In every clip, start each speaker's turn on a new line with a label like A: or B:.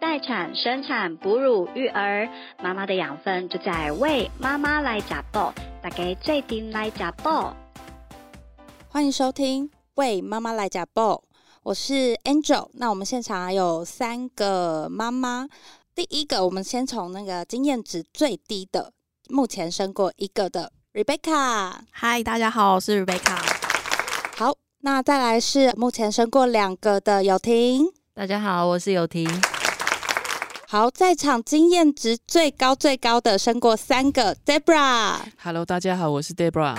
A: 待产、生产、哺乳、育儿，妈妈的养分就在为妈妈来加爆，大家最顶来加爆。
B: 欢迎收听《为妈妈来假报》，我是 Angel。那我们现场有三个妈妈，第一个我们先从那个经验值最低的，目前生过一个的 Rebecca。
C: 嗨，大家好，我是 Rebecca。
B: 好，那再来是目前生过两个的友婷。
C: 大家好，我是友婷。
B: 好，在场经验值最高最高的生过三个 Debra。
D: Hello，大家好，我是 Debra。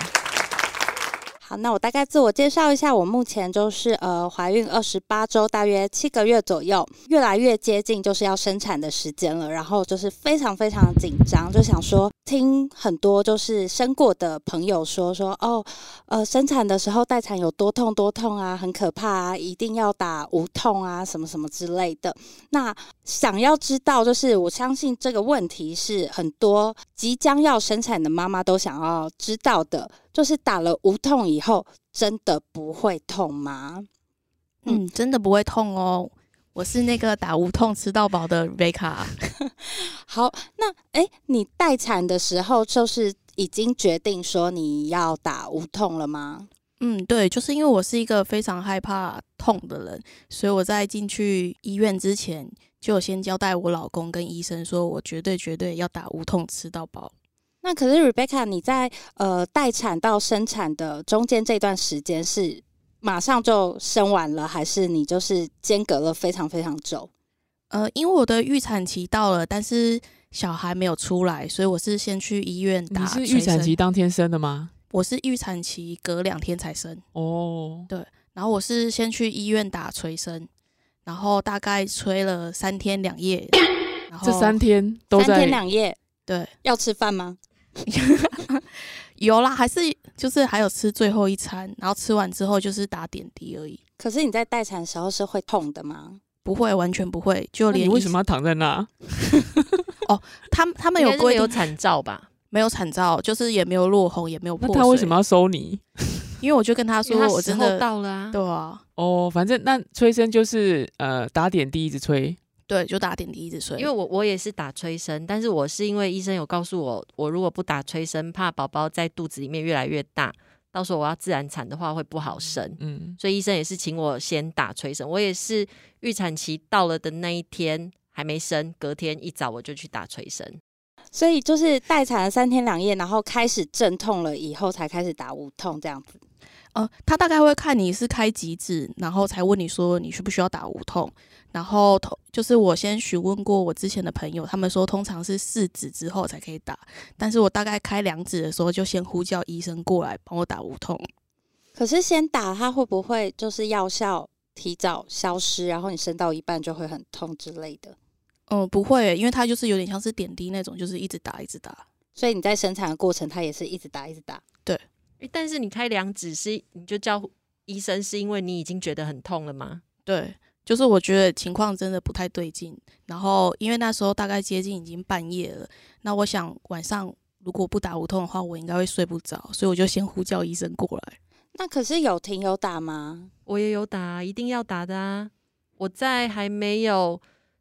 B: 好，那我大概自我介绍一下，我目前就是呃怀孕二十八周，大约七个月左右，越来越接近就是要生产的时间了，然后就是非常非常紧张，就想说听很多就是生过的朋友说说哦，呃生产的时候待产有多痛多痛啊，很可怕啊，一定要打无痛啊，什么什么之类的。那想要知道，就是我相信这个问题是很多即将要生产的妈妈都想要知道的，就是打了无痛以后真的不会痛吗？
C: 嗯，真的不会痛哦。我是那个打无痛吃到饱的 Rebecca。
B: 好，那诶，你待产的时候就是已经决定说你要打无痛了吗？
C: 嗯，对，就是因为我是一个非常害怕痛的人，所以我在进去医院之前，就有先交代我老公跟医生说，我绝对绝对要打无痛吃到饱。
B: 那可是 Rebecca，你在呃待产到生产的中间这段时间是马上就生完了，还是你就是间隔了非常非常久？
C: 呃，因为我的预产期到了，但是小孩没有出来，所以我是先去医院打
D: 你是
C: 催
D: 预产
C: 生
D: 期，当天生的吗？
C: 我是预产期隔两天才生。
D: 哦，
C: 然后我是先去医院打催生，然后大概催了三天两 夜，然后
D: 这三天都
B: 三天
D: 在
B: 两夜
C: 对
B: 要吃饭吗？
C: 有啦，还是就是还有吃最后一餐，然后吃完之后就是打点滴而已，
B: 可是你在待产的时候是会痛的吗？
C: 不会完全不会，就
D: 那
C: 连
D: 啊你为什
C: 医
D: 么要躺在那？
C: 他们他们
E: 应
C: 有
E: 该是
C: 规
E: 没有
C: 定
E: 惨照吧？
C: 没有产兆，就是也没有落红，也没有破
D: 那
C: 水。
D: 他为什么？要收你？
C: 因为我就跟他说
E: 因为
C: 我
E: 时
C: 真
E: 候
C: 的
E: 到了啊，
C: 对啊，
D: 哦，反正那催生就是呃打点滴一直催，
C: 对，就打点滴一直睡，
E: 因为我我也是打催生，但是我是因为医生有告诉我，我如果不打催生，怕宝宝在肚子里面越来越大，到时候我要自然产的话会不好生，
D: 嗯，
E: 所以医生也是请我先打催生。我也是预产期到了的那一天还没生，隔天一早我就去打催生。
B: 所以就是待产了三天两夜，然后开始阵痛了以后才开始打无痛这样子。
C: 呃，他大概会看你是开几指，然后才问你说你需不需要打无痛。然后通就是我先询问过我之前的朋友，他们说通常是四指之后才可以打，但是我大概开两指的时候就先呼叫医生过来帮我打无痛。
B: 可是先打它会不会就是药效提早消失，然后你生到一半就会很痛之类的？
C: 嗯，不会耶，因为它就是有点像是点滴那种，就是一直打一直打。
B: 所以你在生产的过程，它也是一直打一直打。
E: 诶但是你开两指是你就叫医生，是因为你已经觉得很痛了吗？
C: 对，就是我觉得情况真的不太对劲。然后因为那时候大概接近已经半夜了，那我想晚上如果不打无痛的话，我应该会睡不着，所以我就先呼叫医生过来。
B: 那可是有停有打吗？
E: 我也有打，一定要打的啊！我在还没有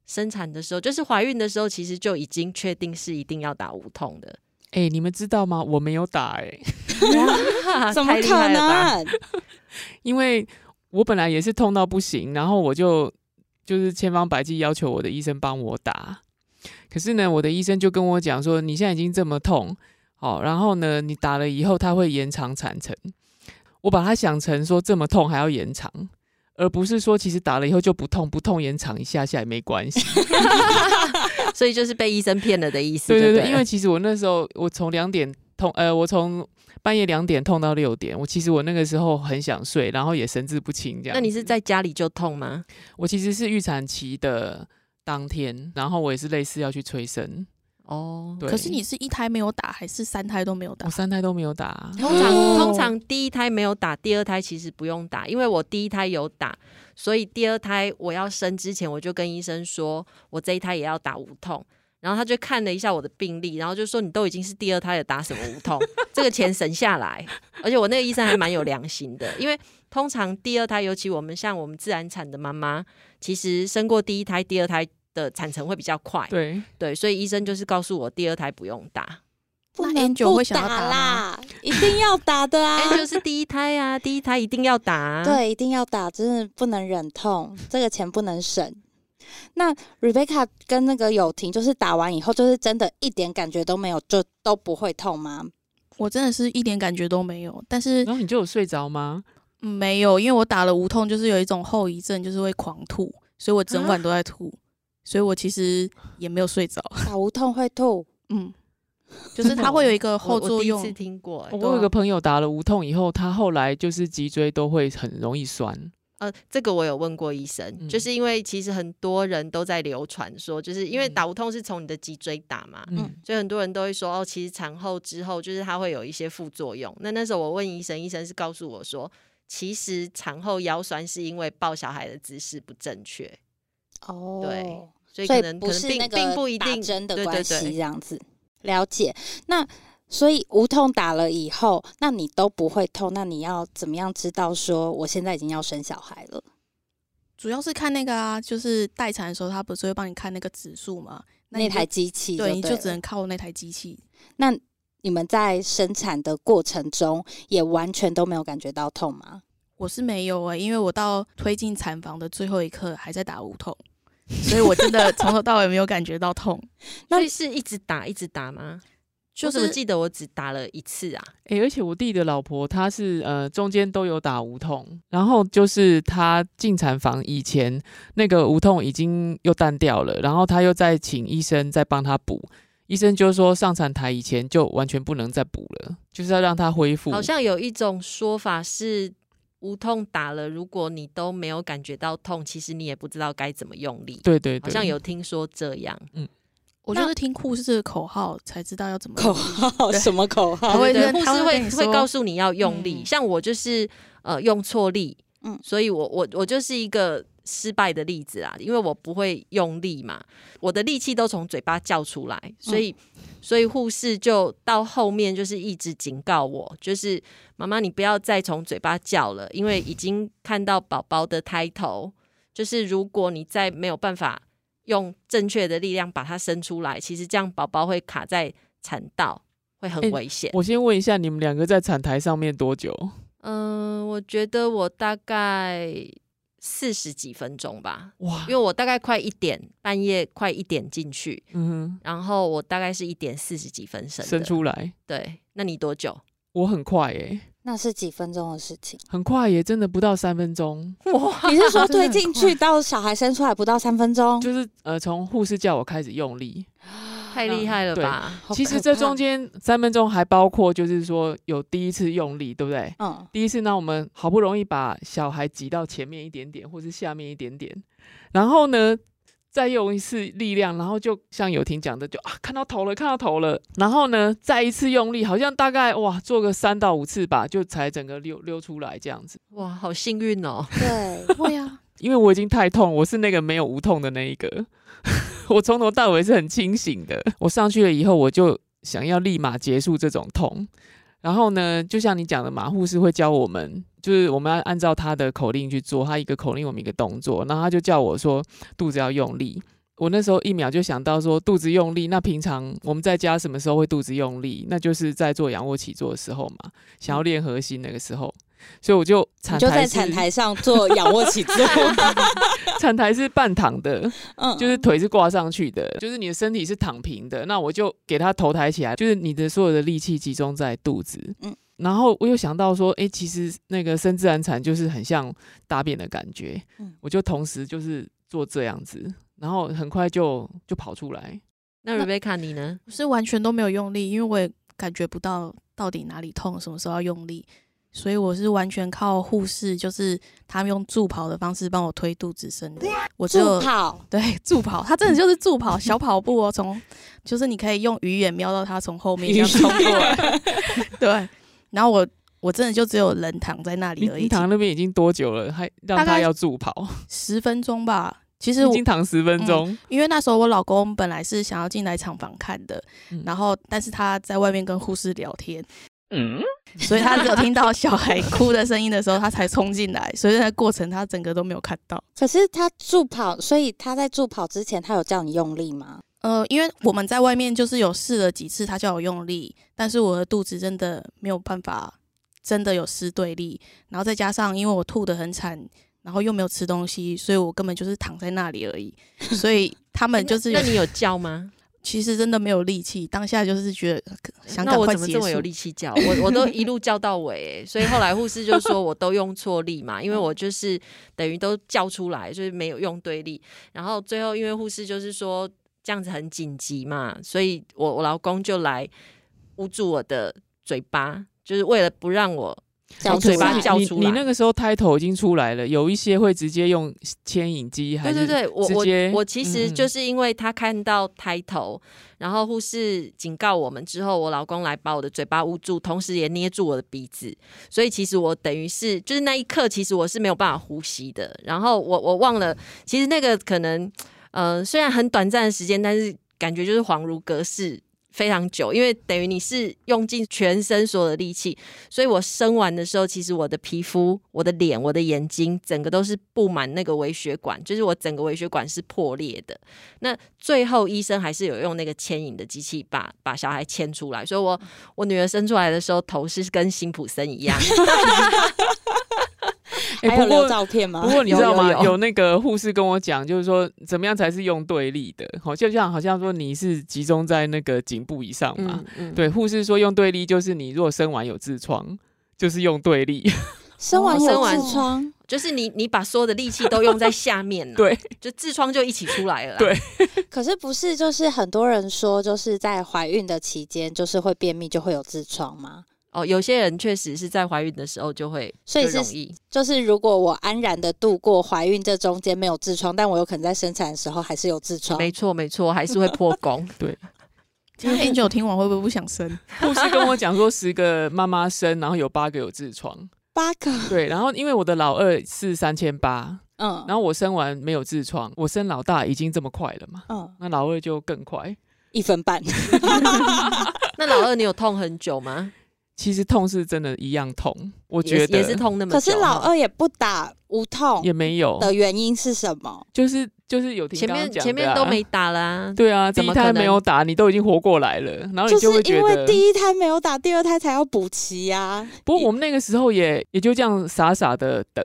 E: 生产的时候，就是怀孕的时候，其实就已经确定是一定要打无痛的。
D: 哎、你们知道吗？我没有打哎、
B: 嗯 怎么
E: 啊太厉
B: 可
E: 害了吧？
B: 能？
D: 因为我本来也是痛到不行，然后我就就是千方百计要求我的医生帮我打，可是呢，我的医生就跟我讲说，你现在已经这么痛，好、然后呢，你打了以后，它会延长产程。我把它想成说这么痛还要延长，而不是说其实打了以后就不痛，不痛延长一下下也没关系。
E: 所以就是被医生骗了的意思。
D: 对
E: 对
D: 对
E: 不
D: 对，因为其实我那时候我从两点痛，呃，我从半夜两点痛到六点，我其实我那个时候很想睡，然后也神志不清这样子。
E: 那你是在家里就痛吗？
D: 我其实是预产期的当天，然后我也是类似要去催生，
E: 哦，
D: 对。
C: 可是你是一胎没有打，还是三胎都没有打
D: 我？三胎都没 有打，
E: 通常
B: 哦
E: 通常第一胎没有打，第二胎其实不用打，因为我第一胎有打，所以第二胎我要生之前，我就跟医生说我这一胎也要打无痛。然后他就看了一下我的病历，然后就说：“你都已经是第二胎了，打什么无痛？ 这个钱省下来。”而且我那个医生还蛮有良心的，因为通常第二胎，尤其我们像我们自然产的妈妈，其实生过第一胎、第二胎的产程会比较快。
D: 对，
E: 对，所以医生就是告诉我第二胎不用打，
B: 不
C: 那
B: 能
C: Angel
B: 不
C: 会想要打吗
B: 啦，一定要打的啊
E: 哎、！就是第一胎啊，第一胎一定要打、啊。，
B: 对，一定要打，真的不能忍痛，这个钱不能省。那 Rebecca 跟那个友婷，就是打完以后，就是真的一点感觉都没有，就都不会痛 吗？
C: 我真的是一点感觉都没有，但是、
D: 然后你就有睡着吗？
C: 嗯没有，因为我打了无痛，就是有一种后遗症，就是会狂吐，所以我
E: 啊
C: 整晚都在吐，所以我其实也没有睡着。
B: 打无痛会吐，
C: 嗯，就是它会有一个
E: 我
C: 后
E: 我
C: 作
E: 第一
C: 用
E: 次，听过、哎
D: 哦
C: 呃
D: 我有
C: 啊
D: 个朋友打了无痛以后，他后来就是脊椎都会很容易酸。
E: 呃，这个我有问过医生，
D: 嗯
E: 就是因为其实很多人都在流传说，就是因为打无痛是从你的脊椎打嘛，
D: 嗯，
E: 所以很多人都会说哦，其实产后之后就是它会有一些副作用。那那时候我问医生，医生是告诉我说，其实产后腰酸是因为抱小孩的姿势不正确，
B: 哦，
E: 对所以
B: 所
E: 可
B: 以
E: 能
B: 不是
E: 可能
B: 那
E: 并
B: 个
E: 并不一
B: 打
E: 定
B: 针的
E: 对
B: 关
E: 对
B: 系这
E: 对。
B: 样子。了解。那所以无痛打了以后，那你都不会痛，那你要怎么样知道说我现在已经要生小孩了？
C: 主要是看那个啊，就是待产的时候，它不是会帮你看那个指数吗？那
B: 那
C: 你就
B: 台机器
C: 对，你就
B: 了
C: 只能靠那台机器。
B: 那你们在生产的过程中也完全都没有感觉到痛吗？
C: 我是没有哎、因为我到推进产房的最后一刻还在打无痛，所以我真的从头到尾没有感觉到 痛。
B: 那
E: 所以是一直打一直打吗？
C: 就
E: 我怎么
C: 是
E: 记得我只打了一次啊？
D: 诶，而且我弟的老婆她是呃中间都有打无痛，然后就是她进产房以前那个无痛已经又淡掉了，然后她又再请医生再帮她补，医生就说上产台以前就完全不能再补了，就是要让她恢复。
E: 好像有一种说法是，无痛打了，如果你都没有感觉到痛，其实你也不知道该怎么用力。
D: 对对对，
E: 好像有听说这样，
C: 我就是听护士这个口号才知道要怎么
B: 口
C: 用力。
B: 号
C: 对
B: 什么口
C: 他
B: 号？
C: 会
E: 对
C: 跟
E: 护
C: 他
E: 士
C: 会跟
E: 会
C: 你
E: 会
C: 说
E: 告诉你要用力。
C: 嗯
E: 像我就是呃用错力，
B: 嗯
E: 嗯，所以我我我就是一个失败的例子啊，因为我不会用力嘛，我的力气都从嘴巴叫出来，所
C: 嗯
E: 以、所以护士就到后面就是一直警告我，就是妈妈你不要再从嘴巴叫了，因为已经看到宝宝的胎头，就是如果你再没有办法用正确的力量把它生出来，其实这样宝宝会卡在产道，会很
D: 哎
E: 危险。
D: 我先问一下，你们两个在产台上面多久？
E: 嗯，我觉得我大概四十几分钟吧，
D: 哇
E: 因，为我大概快一点，半夜快一点进去，
D: 嗯
E: 然后我大概是一点四十几分
D: 哼，
E: 生的。
D: 生出来，
E: 对，那你多久？
D: 我很快诶，
B: 那是几分钟的事 情？
D: 很快耶，真的不到三分钟。
E: 哇，
B: 你是说
D: 真的
B: 推
D: 很
B: 进
D: 快
B: 去到小孩生出来不到三分
E: 哦
B: 钟？哎
D: 就是呃，从护士叫我开始用力。
E: 太厉害了
D: 对
E: 吧！
B: 好
D: 其实
B: 可
D: 这
B: 怕
D: 中，间三分钟还包括，就是说有第一次用力，对不对？
B: 嗯，
D: 第一次呢，我们好不容易把小孩挤到前面一点点，或是下面一点点，然后呢，再用一次力量，然后就像友婷讲的，就啊看到头了，看到头了，然后呢，再一次用力，好像大概哇做个三到五次吧，就才整个溜溜出来这样子。
E: 哇，好幸运 哦！
B: 对，
C: 会啊，
D: 因为我已经太痛，我是那个没有无痛的那一个， 我从头到尾是很清醒的。我上去了以后，我就想要立马结束这种痛。然后呢，就像你讲的嘛，护士会教我们，就是我们要按照他的口令去做，他一个口令我们一个动作。然后他就叫我说肚子要用力。我那时候一秒就想到说肚子用力，那平常我们在家什么时候会肚子用力？那就是在做仰卧起坐的时候嘛，想要练核心那个时候。所以我就
B: 你
D: 产
B: 就在
D: 台是
B: 产台上做仰卧起坐，
D: 产台是半躺的，
B: 嗯，
D: 就是腿是挂上去的，就是你的身体是躺平的，那我就给它头抬起来，就是你的所有的力气集中在肚子。
B: 嗯
D: 嗯，然后我又想到说，诶，其实那个生自然产就是很像大便的感觉，
B: 嗯
D: 我就同时就是做这样子，然后很快就就跑出来。
E: 那 Rebecca 你呢？
C: 我是完全都没有用力，因为我也感觉不到到底哪里痛，什么时候要用力，所以我是完全靠护士，就是他们用助跑的方式帮我推肚子生的。我只
B: 助
C: 有
B: 跑，
C: 对 助跑，它真的就是助跑，小跑步哦，从就是你可以用鱼眼瞄到它从后面这样冲过来，对。然后我我真的就只有人躺在那
D: 你
C: 里而
D: 你
C: 已，
D: 躺在那边已经多久了？还让
C: 大
D: 他
C: 概
D: 要助跑，
C: 十分钟吧。其实
D: 已
C: 我
D: 经躺十分钟。
C: 因为那时候我老公本来是想要进来厂房看的，
D: 嗯
C: 然后但是他在外面跟护士聊天，
D: 嗯，
C: 所以他只有听到小孩哭的声音的时候，他才冲进来，所以那个过程他整个都没有看到。
B: 可是他助跑，所以他在助跑之前，他有叫你用力吗？
C: 呃，因为我们在外面就是有试了几次，他叫我用力，但是我的肚子真的没有办法，真的有失对力，然后再加上因为我吐得很惨，然后又没有吃东西，所以我根本就是躺在那里而 已。所以他们 就是有
E: 那你有叫吗？
C: 其实真的没有力气，当下就是觉得呃想赶
E: 那我
C: 快
E: 怎么
C: 结
E: 这
C: 束
E: 么。有力气叫？我我都一路叫到尾、欸，所以后来护士就说我都用错力嘛，因为
C: 嗯
E: 我就是等于都叫出来，就是没有用对力。然后最后因为护士就是说这样子很紧急嘛，所以我我老公就来捂住我的嘴巴，就是为了不让我
B: 叫
D: 哎
E: 从
B: 出
E: 嘴巴
B: 来
E: 叫
D: 你
E: 出
D: 你
E: 来
D: 那个时候 title 已经出来了，有一些会直接用牵引机，还
E: 对
D: 是
E: 对对，我
D: 直接
E: 我我其实
D: 嗯嗯
E: 就是因为他看到抬头，然后护士警告我们之后，我老公来把我的嘴巴捂住，同时也捏住我的鼻子，所以其实我等于是就是那一刻，其实我是没有办法呼吸的。然后我我忘了，其实那个可能呃虽然很短暂的时间，但是感觉就是恍如隔世。非常久，因为等于你是用尽全身所有的力气，所以我生完的时候，其实我的皮肤、我的脸、我的眼睛，整个都是布满那个微血管，就是我整个微血管是破裂的。那最后医生还是有用那个牵引的机器把把小孩牵出来，所以我我女儿生出来的时候头是跟辛普森一样，
D: 哎
B: 还有
D: 不
B: 留
D: 过
B: 照片吗？
D: 不过你知道吗？
E: 有有有
D: 那个护士跟我讲，就是说怎么样才是用对力的，好，就像好像说你是集中在那个颈部以上嘛。
E: 嗯嗯，
D: 对，护士说用对力就是你如果生完有痔疮，就是用对力。
B: 生完
E: 哦
B: 有
E: 生完
B: 痔疮，
E: 就是你你把所有的力气都用在下面 了、
D: 对，
E: 就痔疮就一起出来了啦，啊
D: 对
B: 可是不是就是很多人说，就是在怀孕的期间，就是会便秘，就会有痔疮吗？
E: 哦，有些人确实是在怀孕的时候就会，
B: 所以
E: 就容
B: 是
E: 易。
B: 就是如果我安然的度过怀孕这中间没有痔疮，但我有可能在生产的时候还是有痔疮。
E: 没错，没错，还是会破功。
C: 今天 Angel 听完会不会不想生？
D: 护士跟我讲说，十个妈妈生，然后有八个有痔 疮。
B: 八个，
D: 对，然后因为我的老二是三千八，
B: 嗯，
D: 然后我生完没有痔疮，我生老大已经这么快了嘛，
B: 嗯，
D: 那老二就更快。
B: 一分半，
E: 那老二，你有痛很久吗？
D: 其实痛是真的一样痛，我
E: 也
D: 觉
E: 是
D: 得
E: 也是痛那么
B: 可
E: 久哈。
B: 是老二也不打无痛
D: 也没有，
B: 的原因是什么？
D: 就是就是有听
E: 前
D: 刚刚
E: 面
D: 讲的啊
E: 前面都没打啦、
D: 对啊，第
E: 怎
D: 一
E: 么
D: 胎
E: 可能
D: 没有打，你都已经活过来了，然后哦你
B: 就
D: 会
B: 是
D: 觉
B: 因
D: 得
B: 为，第一胎没有打，第二胎才要补齐啊呀。
D: 不过我们那个时候也也就这样傻傻的等。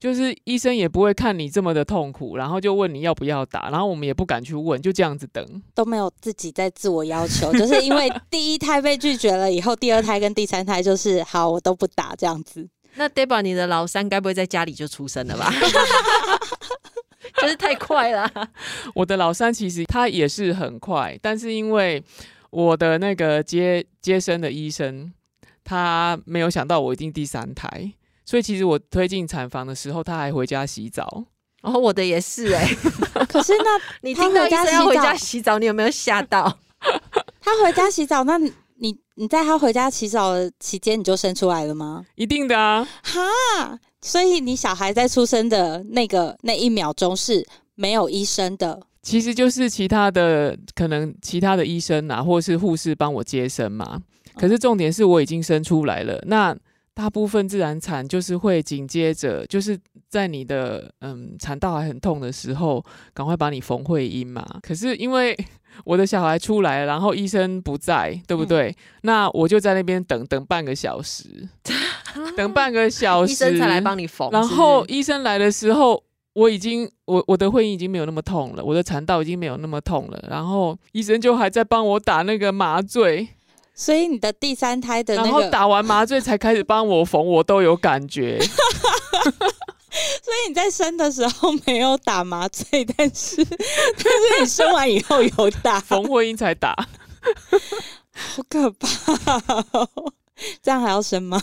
D: 就是医生也不会看你这么的痛苦，然后就问你要不要打，然后我们也不敢去问，就这样子等。
B: 都没有自己在自我要 求，就是因为第一胎被拒绝了以后，第二胎跟第三胎就是好，我都不打这样 子。
E: 那 Debra，你的老三该不会在家里就出生了吧？就是太快了，
D: 我的老三其实他也是很快，但是因为我的那个接接生的医生，他没有想到我一定第三胎，所以其实我推进产房的时候，他还回家洗澡。
E: 然后、我的也是 哎、
B: 可是那
E: 你
B: 他
E: 听到
B: 回
E: 医生
B: 家
E: 要
B: 洗
E: 回
B: 澡
E: 家洗澡，你有没有吓 到？
B: 他回家洗澡，那你你你在他回家洗澡的期间，你就生出来了吗？
D: 一定的啊，
B: 哈，所以你小孩在出生的那个那一秒钟是没有医生的，
D: 其实就是其他的可能其他的医生啊，或是护士帮我接生嘛。可
E: 嗯
D: 是重点是我已经生出来了，那大部分自然产就是会紧接着，就是在你的嗯产道还很痛的时候，赶快把你缝会阴嘛。可是因为 我的小孩出来了，然后医生不在，对不
E: 嗯
D: 对？那我就在那边等等半个小时， 等半个小时，
E: 医生才来帮你缝，
D: 然
E: 是不是
D: 后医生来的时候，我已经我我的会阴已经没有那么痛了，我的肠道已经没有那么痛了。然后医生就还在帮我打那个麻醉，
B: 所以你的第三胎的
D: 然
B: 那
D: 后
B: 个，
D: 打完麻醉才开始帮我缝，我都有感觉。
B: 所以你在生的时候没有打麻醉，但是 但是你生完以后有打，
D: 缝会阴才打，
B: 好可怕、哦！这样还要生吗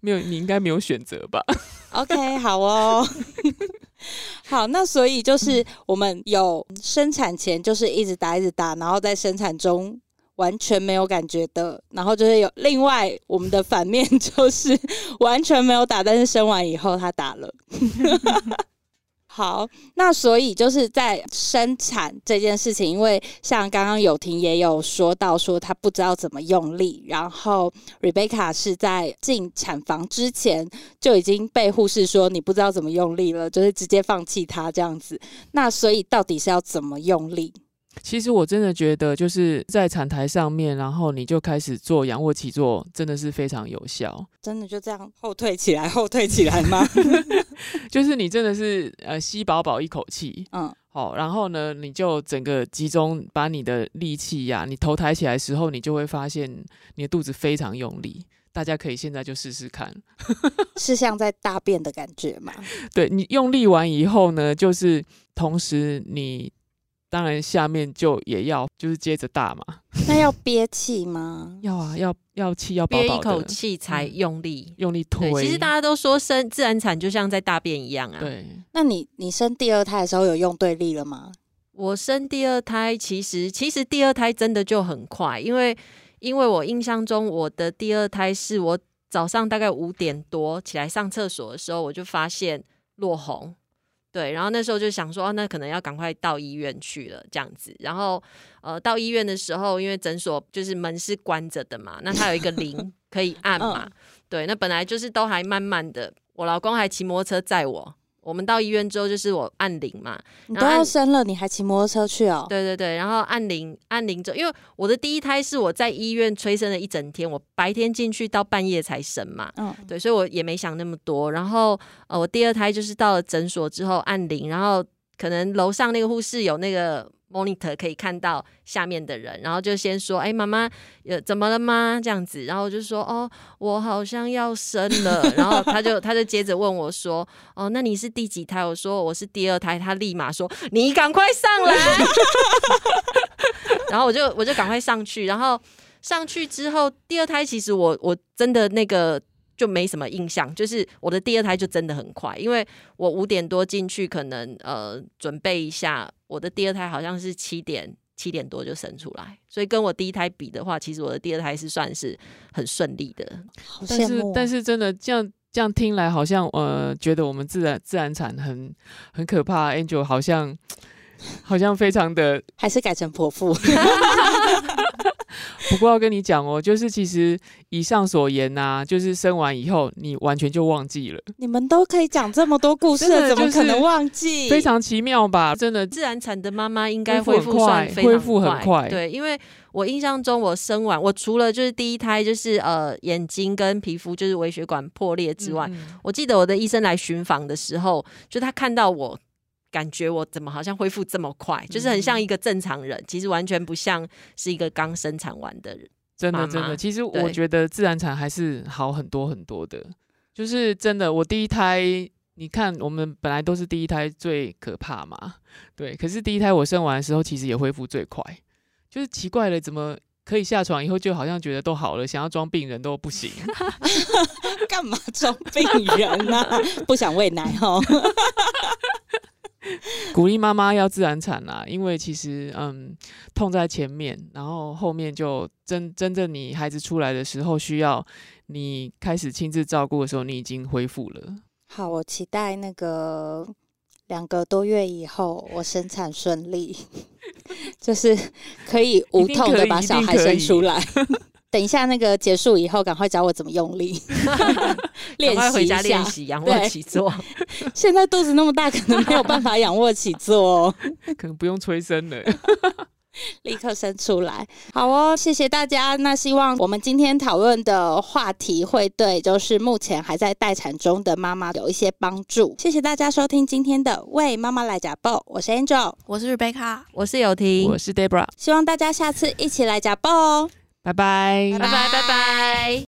D: 没有你应该没有选择吧？
B: ？OK，好哦。 好，那所以就是我们有生产前就是一直打一直打，然后在生产中完全没有感觉的，然后就是有另外我们的反面就是完全没有打，但是生完以后他打了。 好，那所以就是在生产这件事情，因为像刚刚友婷也有说到，说她不知道怎么用力，然后 Rebecca 是在进产房之前就已经被护士说你不知道怎么用力了，就是直接放弃它这样子。那所以到底是要怎么用力？
D: 其实我真的觉得，就是在产台上面，然后你就开始做仰卧起坐，真的是非常有效。
B: 真的就这样后退起来，后退起来 吗？
D: 就是你真的是呃吸饱饱一口气，
B: 嗯，
D: 好，然后呢，你就整个集中把你的力气呀、你头抬起来的时候，你就会发现你的肚子非常用力。大家可以现在就试试看。
B: 是像在大便的感觉 吗？
D: 对你用力完以后呢，就是同时你当然下面就也要就是接着大嘛，
B: 那要憋气吗？
D: 要啊，要要气要饱
E: 憋
D: 饱
E: 一
D: 的
E: 口，气才
D: 嗯
E: 用力。
D: 用力推。
E: 对，其实大家都说生自然产就像在大便一样啊。，
D: 对。
B: 那你你生第二胎的时候有用对力了吗？
E: 我生第二胎，其实其实第二胎真的就很快，因为因为我印象中我的第二胎是我早上大概五点多起来上厕所的时候，我就发现落红。对，然后那时候就想说，哦，那可能要赶快到医院去了，这样子。然后，呃，到医院的时候，因为诊所就是门是关着的嘛，那它有一个铃可以按嘛。对，那本来就是都还慢慢的，我老公还骑摩托车载我。我们到医院之后，就是我按铃嘛，
B: 你
E: 然
B: 都
E: 后
B: 要
E: 按
B: 生了，你还骑摩托车去哦？
E: 对对对，然后按铃按铃之后，因为我的第一胎是我在医院催生了一整天，我白天进去到半夜才生嘛，
B: 嗯，
E: 对，所以我也没想那么多。然后呃，我第二胎就是到了诊所之后按铃，然后可能楼上那个护士有那个 monitor 可以看到下面的人，然后就先说：“哎，妈妈，呃，怎么了吗？”这样子，然后我就说：“哦，我好像要生了。”然后他就他就接着问我说：“哦，那你是第几胎？”我说：“我是第二胎。”他立马说：“你赶快上来。”然后我就我就赶快上去，然后上去之后，第二胎其实我我真的那个就没什么印象，就是我的第二胎就真的很快，因为我五点多进去，可能呃准备一下，我的第二胎好像是七点七点多就生出来，所以跟我第一胎比的话，其实我的第二胎是算是很顺利 的。
B: 好
D: 但
B: 羡
D: 是
B: 慕哦。
D: 但是真的这样这样听来，好像呃，觉得我们自然自然产很很可怕。Angel 好像好像非常的，
B: 还是改成婆妇，
D: 不过要跟你讲哦，就是其实以上所言呐、就是生完以后你完全就忘记了，
B: 你们都可以讲这么多故事了，
D: 真的
B: 怎么
D: 就是
B: 可能忘记？
D: 非常奇妙吧？真的，
E: 自然产的妈妈应该
D: 恢
E: 恢
D: 复
E: 复
D: 很
E: 算
D: 快
E: 非常
D: 恢复很快
E: 对，因为我印象中我生完，我除了就是第一胎就是呃眼睛跟皮肤就是微血管破裂之外，
D: 嗯
E: 我记得我的医生来巡访的时候，就他看到我，感觉我怎么好像恢复这么快，就是很像一个正常人，其实完全不像是一个刚生产完的 人。
D: 真的
E: 妈
D: 真的，
E: 妈
D: 其实我
E: 对
D: 觉得自然产还是好很多很多的，就是真的，我第一胎。你看，我们本来都是第一胎最可怕嘛，对。可是第一胎我生完的时候，其实也恢复最快，就是奇怪了，怎么可以下床以后就好像觉得都好了，想要装病人都不行。
B: 干嘛装病人呢、啊？不想喂奶哦。
D: 鼓励妈妈要自然产啦，因为其实嗯，痛在前面，然后后面就真真正你孩子出来的时候，需要你开始亲自照顾的时候，你已经恢复了。
B: 好，我期待那个两个多月以后我生产顺利， 就是可以无痛的把小孩生出 来。等一下那个结束以后，赶快教我怎么用力，练
E: 赶快
B: 习
E: 回
B: 一
E: 家练
B: 下。
E: 习仰
B: 对
E: 卧起坐，
B: 现在肚子那么大，可能没有办法仰卧起坐、 哦，
D: 可能不用催生了。
B: 立刻生出来。好哦，谢谢大家。那希望我们今天讨论的话题会对就是目前还在待产中的妈妈有一些帮助。谢谢大家收听今天的《为妈妈来假报》，我是 Angel。
C: 我是 Rebecca，
E: 我是友婷，
D: 我是 Debra，
B: 希望大家下次一起来假报哦。
D: 拜拜
E: 拜拜拜拜。